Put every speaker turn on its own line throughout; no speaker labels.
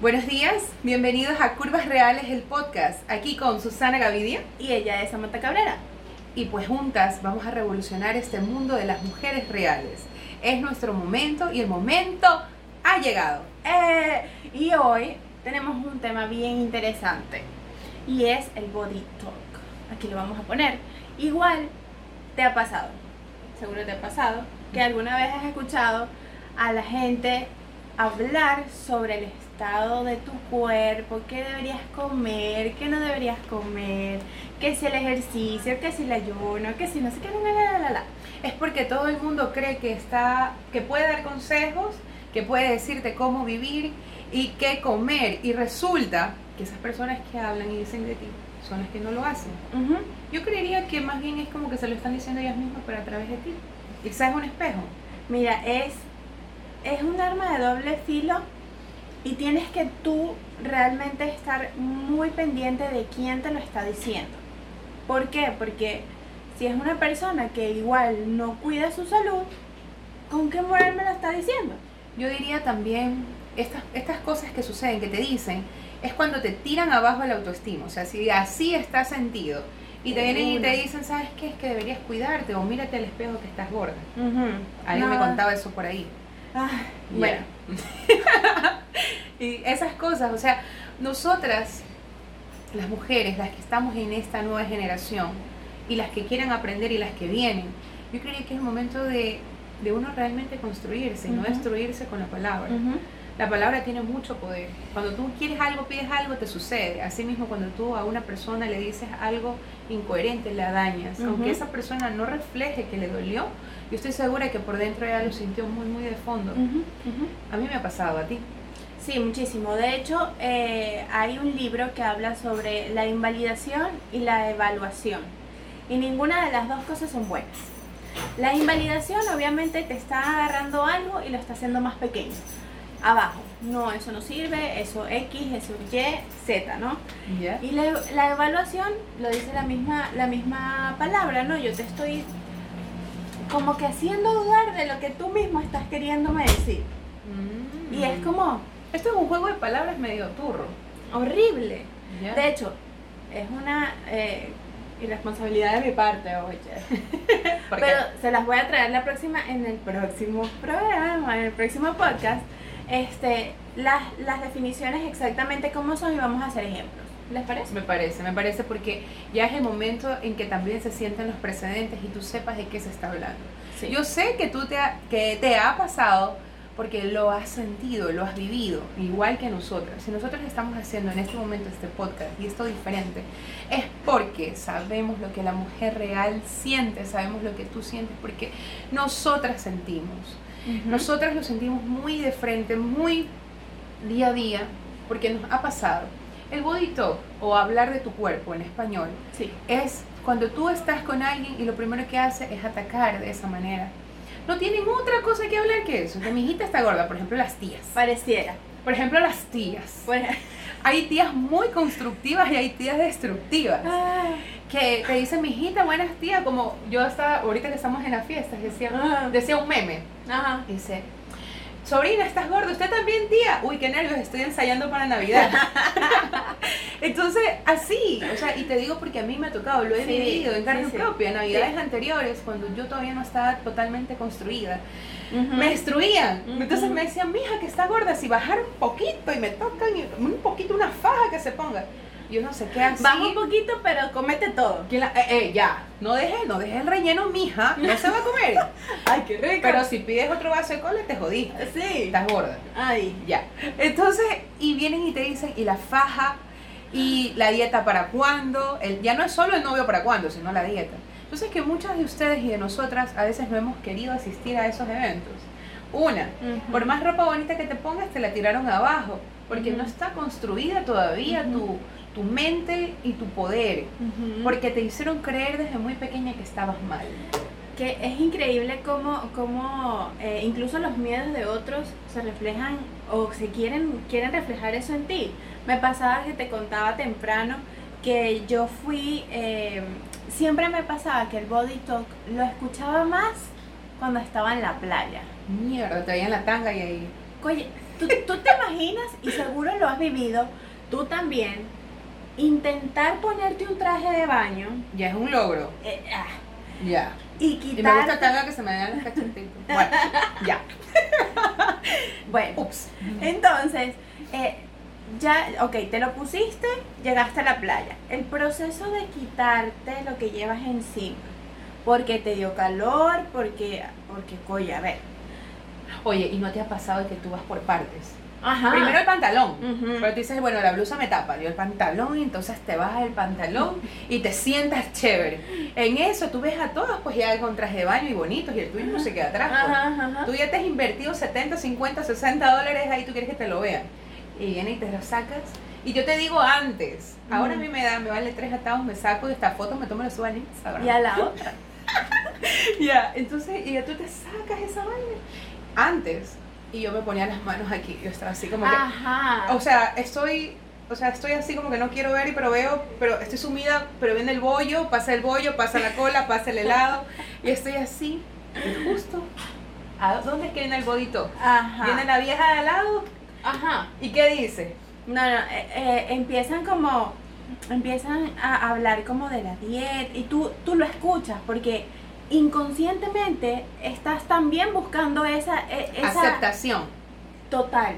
Buenos días, bienvenidos a Curvas Reales, el podcast, aquí con Susana Gavidia.
Y ella es Samantha Cabrera.
Y pues juntas vamos a revolucionar este mundo de las mujeres reales. Es nuestro momento y el momento ha llegado.
Eh, y hoy tenemos un tema bien interesante y es el body talk. Aquí lo vamos a poner. Igual te ha pasado, seguro te ha pasado, que alguna vez has escuchado a la gente hablar sobre el estado de tu cuerpo, qué deberías comer, qué no deberías comer, que si el ejercicio, que si el ayuno, que si no sé qué, la, la, la, la.
Es porque todo el mundo cree que está, que puede dar consejos, que puede decirte cómo vivir y qué comer. Y resulta que esas personas que hablan y dicen de ti son las que no lo hacen.
Ujú.
Yo creería que más bien es como que se lo están diciendo ellas mismas, pero a través de ti. Y quizás es un espejo.
Mira, es, es un arma de doble filo y tienes que tú realmente estar muy pendiente de quién te lo está diciendo. ¿Por qué? Porque si es una persona que igual no cuida su salud, ¿con qué moral me lo está diciendo?
Yo diría también, estas, estas cosas que suceden, que te dicen, es cuando te tiran abajo el autoestima. O sea, si así está sentido. Y te
De
vienen y te
una.
dicen, ¿sabes qué? Es que deberías cuidarte o mírate al espejo que estás gorda. Alguien me contaba eso por ahí.
Ah,
Bueno.
bueno,
y esas cosas, o sea, nosotras, las mujeres, las que estamos en esta nueva generación y las que quieran aprender y las que vienen, yo creo que es el momento de, de uno realmente construirse, no
Ujú.
destruirse con la palabra.
ujú,
La palabra tiene mucho poder. Cuando tú quieres algo, pides algo, te sucede. Asimismo, cuando tú a una persona le dices algo incoherente, la dañas. Aunque
Ujú.
esa persona no refleje que le dolió, yo estoy segura que por dentro ella lo sintió muy, muy de fondo.
ujú, ujú.
A mí me ha pasado, a ti.
Sí, muchísimo. De hecho, eh, hay un libro que habla sobre la invalidación y la evaluación. Y ninguna de las dos cosas son buenas. La invalidación obviamente te está agarrando algo y lo está haciendo más pequeño. Abajo. No, eso no sirve, eso X, eso Y, Z, ¿no?
¿Ya?
Y la, la evaluación lo dice la misma, la misma palabra, ¿no? Yo te estoy como que haciendo dudar de lo que tú mismo estás queriéndome decir.
Mm.
Y es como
Esto es un juego de palabras medio turro.
horrible.
¿ya?
De hecho, es una eh, irresponsabilidad de mi parte, oye.
¿Por qué?
Pero se las voy a traer la próxima en el próximo programa, en el próximo podcast. Este, las, las definiciones exactamente cómo son y vamos a hacer ejemplos. ¿Les parece?
Me parece, me parece porque ya es el momento en que también se sienten los precedentes y tú sepas de qué se está hablando.
Sí.
Yo sé que tú te ha, que te ha pasado porque lo has sentido, lo has vivido, igual que nosotras. Si nosotros estamos haciendo en este momento este podcast y esto diferente, es porque sabemos lo que la mujer real siente, sabemos lo que tú sientes, porque nosotras sentimos.
Ujú.
Nosotras lo sentimos muy de frente, muy día a día, porque nos ha pasado. El body talk o hablar de tu cuerpo en español
Sí.
es cuando tú estás con alguien y lo primero que hace es atacar de esa manera. No tienen otra cosa que hablar que eso. Que mi hijita está gorda, por ejemplo, las tías.
Pareciera.
Por ejemplo, las tías.
Pues,
Hay tías muy constructivas y hay tías destructivas.
ah,
Que te dicen, mi hijita, buenas tías. Como yo estaba, ahorita que estamos en las fiestas, decía,
ah,
decía un meme.
ajá.
Dice, sobrina, estás gorda, usted también tía. Uy, qué nervios, estoy ensayando para Navidad. Entonces, así, o sea, y te digo porque a mí me ha tocado, lo he
Sí,
vivido en carne
sí, sí.
propia, Navidades anteriores, cuando yo todavía no estaba totalmente construida,
Ujú.
me destruían. Entonces
Ujú.
me decían, mija, que está gorda, si bajar un poquito y me tocan y un poquito una faja que se ponga. Yo no sé qué así.
Baja un poquito, pero comete todo.
que la- eh, eh, ya, no dejes, no dejes el relleno, mija, no se va a comer.
Ay, qué rico.
Pero si pides otro vaso de cola, te jodí.
sí.
Estás gorda.
Ay.
Ya. Entonces, y vienen y te dicen, y la faja, y la dieta para cuándo. El, ya no es solo el novio para cuándo, sino la dieta. Entonces, que muchas de ustedes y de nosotras a veces no hemos querido asistir a esos eventos. Una,
Ujú.
por más ropa bonita que te pongas, te la tiraron abajo, porque
Ujú.
no está construida todavía
Ujú.
tu, tu mente y tu poder.
Ujú.
Porque te hicieron creer desde muy pequeña que estabas mal.
Que es increíble cómo, cómo eh, incluso los miedos de otros se reflejan o se quieren, quieren reflejar eso en ti. Me pasaba que te contaba temprano que yo fui, eh, siempre me pasaba que el body talk lo escuchaba más cuando estaba en la playa.
Mierda, te veían la tanga y ahí.
Oye, tú, tú te imaginas, y seguro lo has vivido, tú también, intentar ponerte un traje de baño
Ya es un logro.
eh, ah,
Ya.
y
Y me gusta
quitar.
tanto que se me vean las cachetitos. Bueno, ya.
Bueno,
Ups.
entonces, eh, ya, ok, te lo pusiste, llegaste a la playa. El proceso de quitarte lo que llevas encima, porque te dio calor, porque, porque, coño, a ver.
Oye, ¿y no te ha pasado que tú vas por partes?
Ajá.
Primero el pantalón.
Ujú.
Pero tú dices, bueno, la blusa me tapa, yo el pantalón, y entonces te bajas el pantalón y te sientas chévere. En eso tú ves a todos, pues ya con traje de baño y bonitos, y el tuyo no se queda atrás. pues.
Ajá, ajá, ajá.
Tú ya te has invertido 70, 50, 60 dólares ahí, tú quieres que te lo vean. Y vienes y te lo sacas. Y yo te digo antes, ahora a mí me da, me vale tres atados, me saco de esta foto, me tomo la suba al Instagram.
Y a la otra.
Ya, entonces, y ya tú te sacas esa vaina. Antes, y yo me ponía las manos aquí, yo estaba así como que...
Ah. Ajá.
O sea, estoy, o sea, estoy así como que no quiero ver, pero veo, pero estoy sumida, pero viene el bollo, pasa el bollo, pasa la cola, pasa el helado, y estoy así, y justo. ¿A dónde es que viene el bodito?
Ajá.
Viene la vieja de al lado,
Ajá.
¿y qué dice?
No, no, eh, eh, empiezan como, empiezan a hablar como de la dieta y tú, tú lo escuchas porque inconscientemente estás también buscando esa, eh, esa
Aceptación.
total.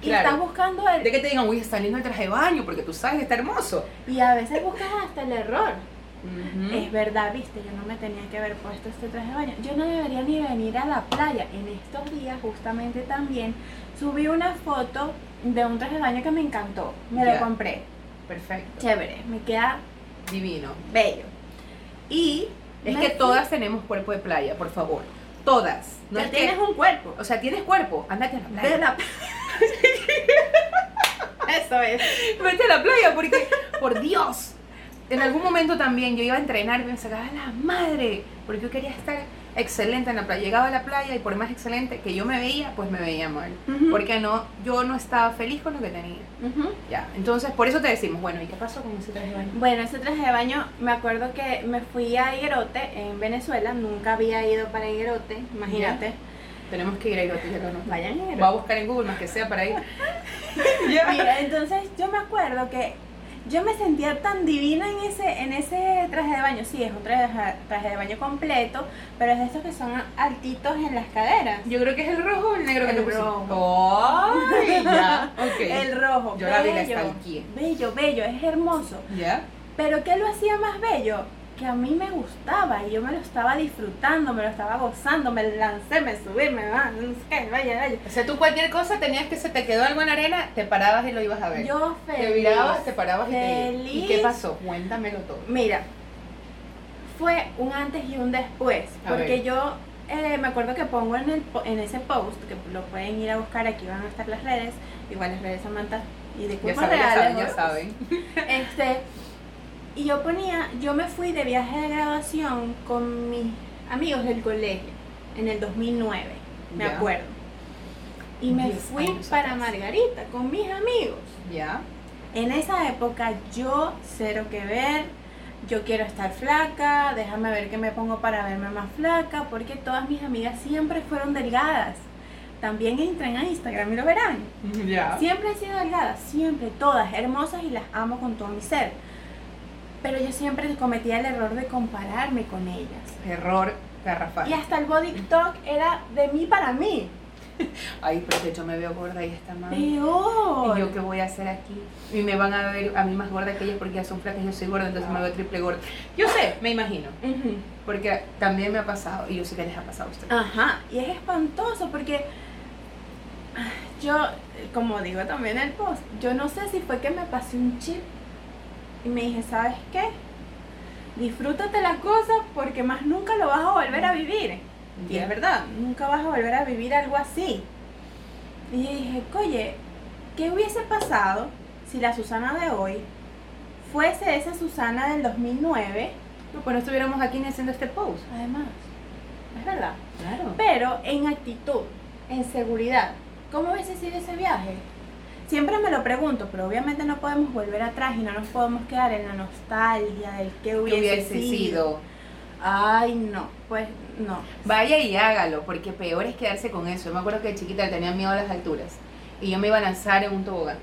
Y
Claro.
estás buscando
De
el,
que te digan, uy, está lindo el traje de baño, porque tú sabes que está hermoso.
y a veces buscas hasta el error. Es
Eh,
verdad, viste, yo no me tenía que haber puesto este traje de baño. Yo no debería ni venir a la playa. En estos días, justamente también, subí una foto de un traje de baño que me encantó. Me
Ya.
lo compré.
Perfecto.
Chévere, me queda
Divino.
bello. Y
Es
me
que
fui.
todas tenemos cuerpo de playa, por favor. Todas. No
Ya
es que-
tienes un cuerpo.
o sea, tienes cuerpo, ándate a la playa.
Ve la- Eso es.
Vete a la playa porque, por Dios, en algún momento también yo iba a entrenar y me sacaba la madre porque yo quería estar excelente en la playa. Llegaba a la playa y por más excelente que yo me veía, pues me veía mal. Porque no, yo no estaba feliz con lo que tenía.
Ujú.
Ya, entonces por eso te decimos, bueno, ¿y qué pasó con ese traje de baño?
Bueno, ese traje de baño, me acuerdo que me fui a Higuerote en Venezuela, nunca había ido para Higuerote, imagínate.
Tenemos que ir a ir a ya que no-
Vayan a Higuerote.
Voy a buscar en Google más que sea para ir.
Mira, entonces yo me acuerdo que yo me sentía tan divina en ese, en ese traje de baño. Sí, es un traje, traje de baño completo, pero es de estos que son altitos en las caderas.
Yo creo que es el rojo o el negro que
El
te pusiste.
rojo.
Ay, ya, ok.
El rojo.
Yo la vi, la
bello,
stalkeé.
Bello, bello, es hermoso.
¿Ya?
Pero ¿qué lo hacía más bello? Que a mí me gustaba y yo me lo estaba disfrutando, me lo estaba gozando, me lancé, me subí, me va, no sé qué, vaya, vaya.
O sea, tú cualquier cosa tenías que se te quedó algo en arena, te parabas y lo ibas a ver.
Yo feliz.
Te mirabas, te parabas y te ibas.
feliz.
¿Y qué pasó? Cuéntamelo todo.
Mira, fue un antes y un después,
A
porque
ver.
yo eh, me acuerdo que pongo en, el, po- en ese post, que lo pueden ir a buscar, aquí van a estar las redes, igual las redes Samantha y de
Ya
Culpa
saben, ya saben,
Real.
ya saben.
Este, y yo ponía, yo me fui de viaje de graduación con mis amigos del colegio en el 2009, me
Ya.
acuerdo. Y me
Diez
fui
años
para
atrás.
Margarita con mis amigos.
Ya.
En esa época yo cero que ver, yo quiero estar flaca, déjame ver qué me pongo para verme más flaca, porque todas mis amigas siempre fueron delgadas. También entran a Instagram y lo verán.
Ya.
Siempre he sido delgada, siempre, todas hermosas y las amo con todo mi ser. Pero yo siempre cometía el error de compararme con ellas.
Error
Y
garrafal.
hasta el body talk era de mí para mí.
Ay, pero que yo me veo gorda y está mal. Ah. ¿Y
Peor.
yo qué voy a hacer aquí? Y me van a ver a mí más gorda que ellas porque ellas son flacas, yo soy gorda, entonces me veo triple gorda. Yo sé, me imagino.
Ujú.
Porque también me ha pasado, y yo sé que les ha pasado a ustedes.
Ajá, y es espantoso porque ah, yo, como digo también en el post, yo no sé si fue que me pasé un chip y me dije, ¿sabes qué? Disfrútate la cosa porque más nunca lo vas a volver a vivir. Y
Ya.
es verdad, nunca vas a volver a vivir algo así. Y yo dije, oye, ¿qué hubiese pasado si la Susana de hoy fuese esa Susana del 2009?
No, pues no estuviéramos aquí ni haciendo este post.
Además, es verdad.
Claro.
Pero en actitud, en seguridad, ¿cómo hubiese sido ese viaje? Siempre me lo pregunto, pero obviamente no podemos volver atrás y no nos podemos quedar en la nostalgia del que
Que
hubiese,
hubiese sido.
Ay, no, pues no.
Vaya y hágalo, porque peor es quedarse con eso. Yo me acuerdo que de chiquita le tenía miedo a las alturas. y yo me iba a lanzar en un tobogán.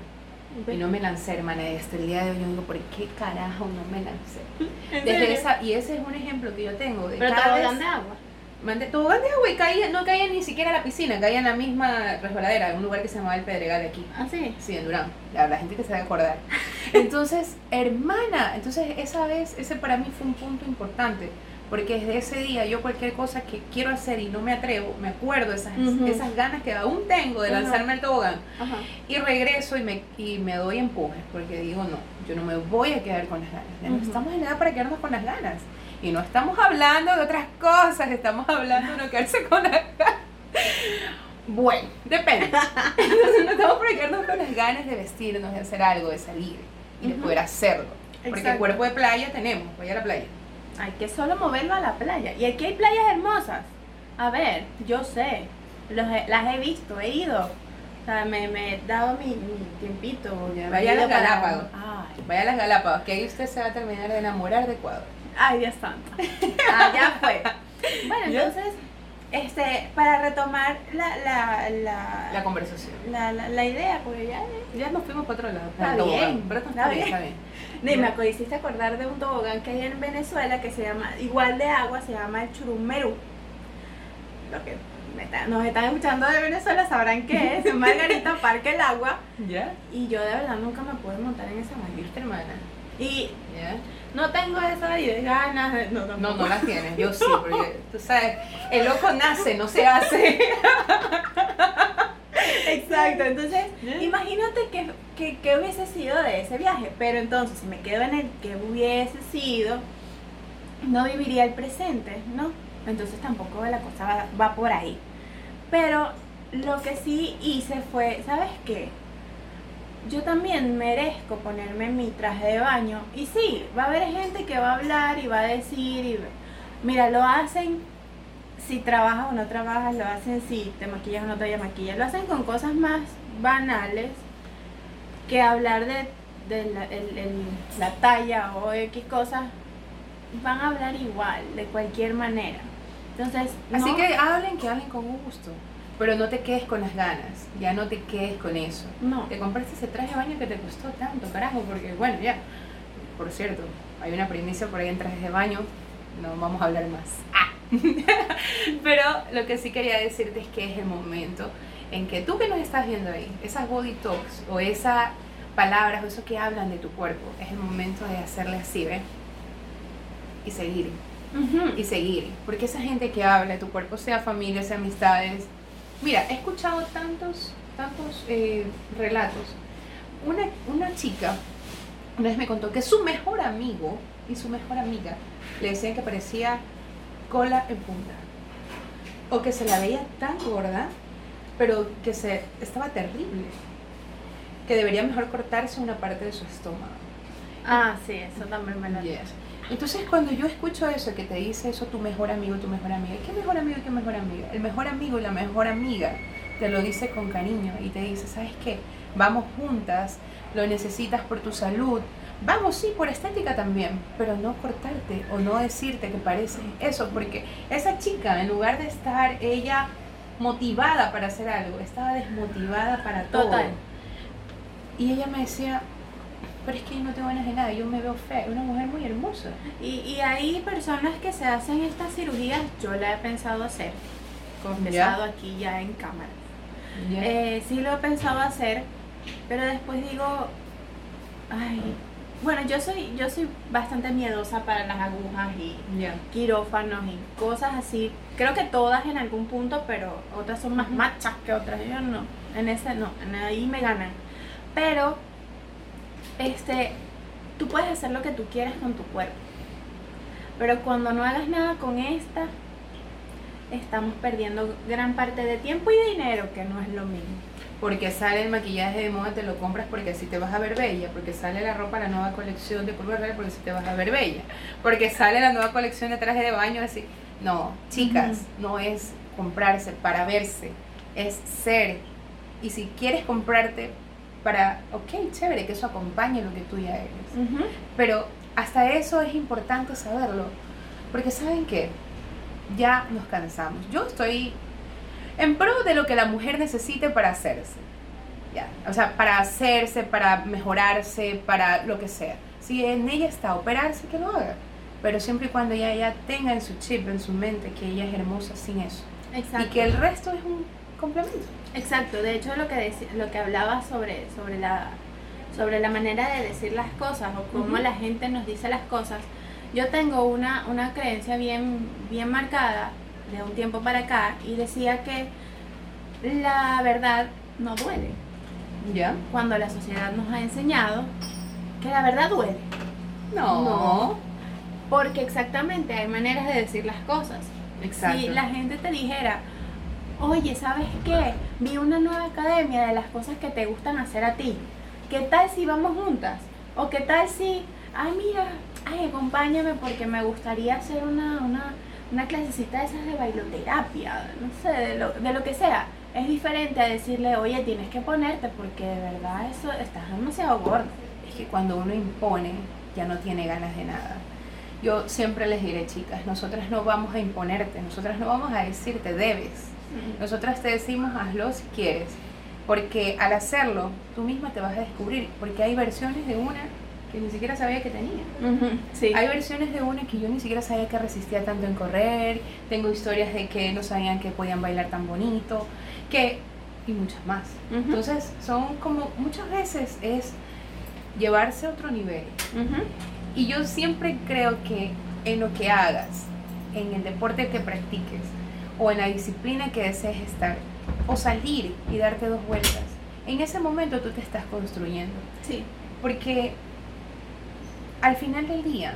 Pues
Y no me lancé, hermana, desde el día de hoy yo digo, ¿por qué carajo no me lancé?
¿En
Desde
serio?
esa- y ese es un ejemplo que yo tengo. De
Pero
cada
todo
vez-
dan de agua.
Mandé tobogán de agua y caía, no caía ni siquiera a la piscina, caía en la misma resbaladera, en un lugar que se llamaba El Pedregal de aquí.
Ah, sí.
Sí, en Durán, la, la gente que se va a acordar. Entonces, hermana, entonces esa vez, ese para mí fue un punto importante, porque desde ese día yo cualquier cosa que quiero hacer y no me atrevo, me acuerdo esas,
Ujú.
esas ganas que aún tengo de
Ujú.
lanzarme al tobogán
Ajá.
y regreso y me, y me doy empujes, porque digo, no, yo no me voy a quedar con las ganas. Ya no
Ujú.
estamos en edad para quedarnos con las ganas. Y no estamos hablando de otras cosas, estamos hablando de no quedarse con las ganas. Bueno, depende. Entonces no estamos para quedarnos con las ganas de vestirnos, de hacer algo, de salir y de
Ujú.
poder hacerlo. Porque
Exacto.
cuerpo de playa tenemos, voy a la playa.
Hay que solo moverlo a la playa. Y aquí hay playas hermosas. A ver, yo sé. los he- las he visto, he ido. O sea, me, me he dado mi, mi tiempito.
Ya,
me
vaya
he
a
ido
los
para-
Galápagos.
Ay,
Vaya a las Galápagos, que ahí usted se va a terminar de enamorar de Ecuador.
ay, Dios santo. Allá fue. Bueno,
Ya.
entonces, este, para retomar la, la, la,
La conversación.
la, la- la idea, porque ya
Ya nos fuimos para otro lado.
Está
al tobogán,
bien,
pero
está bien.
está bien.
Ni me acu- hiciste acordar de un tobogán que hay en Venezuela que se llama, igual de agua, se llama el churumerú. Lo que me está- nos están escuchando de Venezuela sabrán qué es, Margarita Parque el Agua.
¿Ya?
Y yo de verdad nunca me pude montar en esa maldita.
¿Viste, hermana?
Y
¿Ya?
no tengo esa y de ganas, de- no, tampoco.
No, no las tienes, yo sí, pero yo- tú sabes, el loco nace, no se hace.
Exacto, entonces
Ya.
imagínate que, que, que hubiese sido de ese viaje, pero entonces si me quedo en el que hubiese sido, no viviría el presente, ¿no? Entonces tampoco la cosa va, va por ahí. Pero lo que sí hice fue, ¿sabes qué? Yo también merezco ponerme mi traje de baño. Y sí, va a haber gente que va a hablar y va a decir, y, mira, lo hacen si trabajas o no trabajas, lo hacen si te maquillas o no te maquillas, lo hacen con cosas más banales que hablar de, de la, el- el- la talla o X cosas, van a hablar igual, de cualquier manera. Entonces,
Así
no-
que hablen, que hablen con gusto, pero no te quedes con las ganas, ya no te quedes con eso.
No,
Te compraste ese traje de baño que te costó tanto, carajo, porque bueno, ya. Por cierto, hay una primicia por ahí en trajes de baño, no vamos a hablar más. Ah. Pero lo que sí quería decirte es que es el momento en que tú que nos estás viendo ahí, esas body talks o esas palabras o eso que hablan de tu cuerpo, es el momento de hacerle así, ¿ves? Y seguir,
Ujú.
y seguir. Porque esa gente que habla de tu cuerpo, sea familia, sea amistades. Mira, he escuchado tantos, tantos eh, relatos. Una, una chica una vez me contó que su mejor amigo y su mejor amiga le decían que parecía cola en punta. O que se la veía tan gorda, pero que se estaba terrible. Que debería mejor cortarse una parte de su estómago.
Ah, sí, eso también me lo
Yes. Entonces cuando yo escucho eso, que te dice eso tu mejor amigo, tu mejor amiga, ¿qué mejor amigo y qué mejor amiga? El mejor amigo y la mejor amiga te lo dice con cariño y te dice, ¿sabes qué? Vamos juntas, lo necesitas por tu salud, vamos sí, por estética también, pero no cortarte o no decirte que pareces eso, porque esa chica, en lugar de estar ella motivada para hacer algo, estaba desmotivada para todo.
Total.
Y ella me decía, pero es que yo no tengo ganas de nada, yo me veo fea, una mujer muy hermosa.
Y, y hay personas que se hacen estas cirugías, yo la he pensado hacer, confesado aquí ya en cámara.
Ya.
Eh, sí lo he pensado hacer, pero después digo, ay, bueno, yo soy, yo soy bastante miedosa para las agujas y
Ya.
quirófanos y cosas así. Creo que todas en algún punto, pero otras son más
Ujú.
machas que otras. Yo no, en ese no, en ahí me ganan. Pero, este, tú puedes hacer lo que tú quieras con tu cuerpo. Pero cuando no hagas nada con esta, estamos perdiendo gran parte de tiempo y dinero, que no es lo mismo.
Porque sale el maquillaje de moda, te lo compras porque así te vas a ver bella. Porque sale la ropa, la nueva colección de polvo real, porque así te vas a ver bella. Porque sale la nueva colección de traje de baño, así. No, chicas, no es comprarse para verse, es ser. Y si quieres comprarte para, ok, chévere, que eso acompañe lo que tú ya eres. Pero hasta eso es importante saberlo. Porque saben que ya nos cansamos. Yo estoy en pro de lo que la mujer necesite para hacerse. Ya. O sea, para hacerse, para mejorarse, para lo que sea. Si en ella está operarse, que lo haga. Pero siempre y cuando ella ya tenga en su chip, en su mente, que ella es hermosa sin eso.
Exacto.
Y que el resto es un complemento.
Exacto, de hecho lo que deci- lo que hablaba sobre sobre la sobre la manera de decir las cosas o cómo
Ujú.
la gente nos dice las cosas. Yo tengo una, una creencia bien bien marcada de un tiempo para acá y decía que la verdad no duele,
¿Ya?
cuando la sociedad nos ha enseñado que la verdad duele,
No.
No. porque exactamente hay maneras de decir las cosas.
Exacto.
Si la gente te dijera, oye, ¿sabes qué? Vi una nueva academia de las cosas que te gustan hacer a ti. ¿Qué tal si vamos juntas? ¿O qué tal si, ay, mira, ay, acompáñame porque me gustaría hacer una, una, una clasecita de esas de bailoterapia, no sé, de lo, de lo que sea. Es diferente a decirle, oye, tienes que ponerte porque de verdad eso estás demasiado gordo.
es que cuando uno impone ya no tiene ganas de nada. Yo siempre les diré, chicas, nosotras no vamos a imponerte, nosotras no vamos a decirte debes. Nosotras te decimos hazlo si quieres, porque al hacerlo tú misma te vas a descubrir, porque hay versiones de una que ni siquiera sabía que tenía.
Sí.
Hay versiones de una que yo ni siquiera sabía que resistía tanto en correr, tengo historias de que no sabían que podían bailar tan bonito, que y muchas más.
Ujú.
Entonces, son como muchas veces es llevarse a otro nivel.
Ujú.
Y yo siempre creo que en lo que hagas, en el deporte que practiques o en la disciplina que desees estar o salir y darte dos vueltas, en ese momento tú te estás construyendo.
Sí.
Porque al final del día,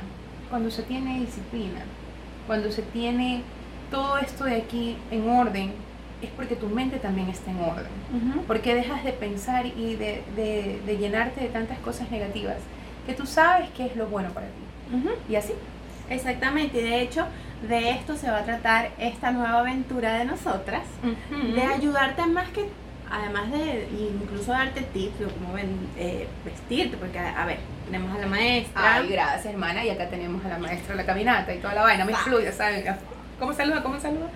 cuando se tiene disciplina, cuando se tiene todo esto de aquí en orden, es porque tu mente también está en orden
Ujú.
porque dejas de pensar y de, de- de llenarte de tantas cosas negativas que tú sabes que es lo bueno para ti.
Ujú.
Y así,
Exactamente, y de hecho de esto se va a tratar esta nueva aventura de nosotras, de
de ahí-
ayudarte más que, además de incluso darte tips de cómo ven- eh, vestirte, porque a, a ver, tenemos a la maestra.
Ay, gracias, hermana. Y acá tenemos a la maestra de la caminata y toda la vaina. Me influye, ¿saben? ¿Cómo saluda? ¿Cómo saluda?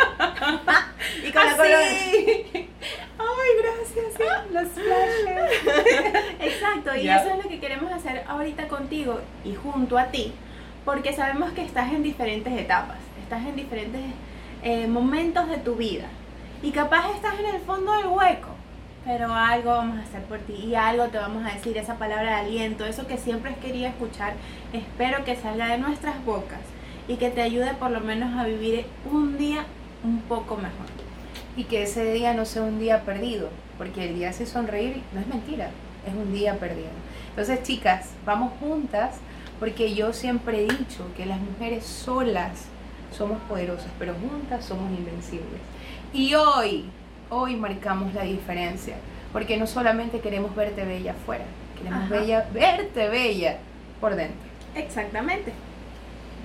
y
Ah,
con la color-
Así. Ay, gracias. sí, Los flashes.
Exacto, y
Ya.
eso es lo que queremos hacer ahorita contigo y junto a ti, porque sabemos que estás en diferentes etapas, estás en diferentes eh, momentos de tu vida y capaz estás en el fondo del hueco, pero algo vamos a hacer por ti y algo te vamos a decir, esa palabra de aliento, eso que siempre has querido escuchar, espero que salga de nuestras bocas y que te ayude por lo menos a vivir un día un poco mejor.
Y que ese día no sea un día perdido, porque el día sin sonreír no es mentira, es un día perdido. Entonces, chicas, vamos juntas, porque yo siempre he dicho que las mujeres solas somos poderosas, pero juntas somos invencibles. Y hoy, hoy marcamos la diferencia, porque no solamente queremos verte bella afuera, queremos
Ajá.
bella, verte bella por dentro.
Exactamente.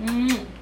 Mm.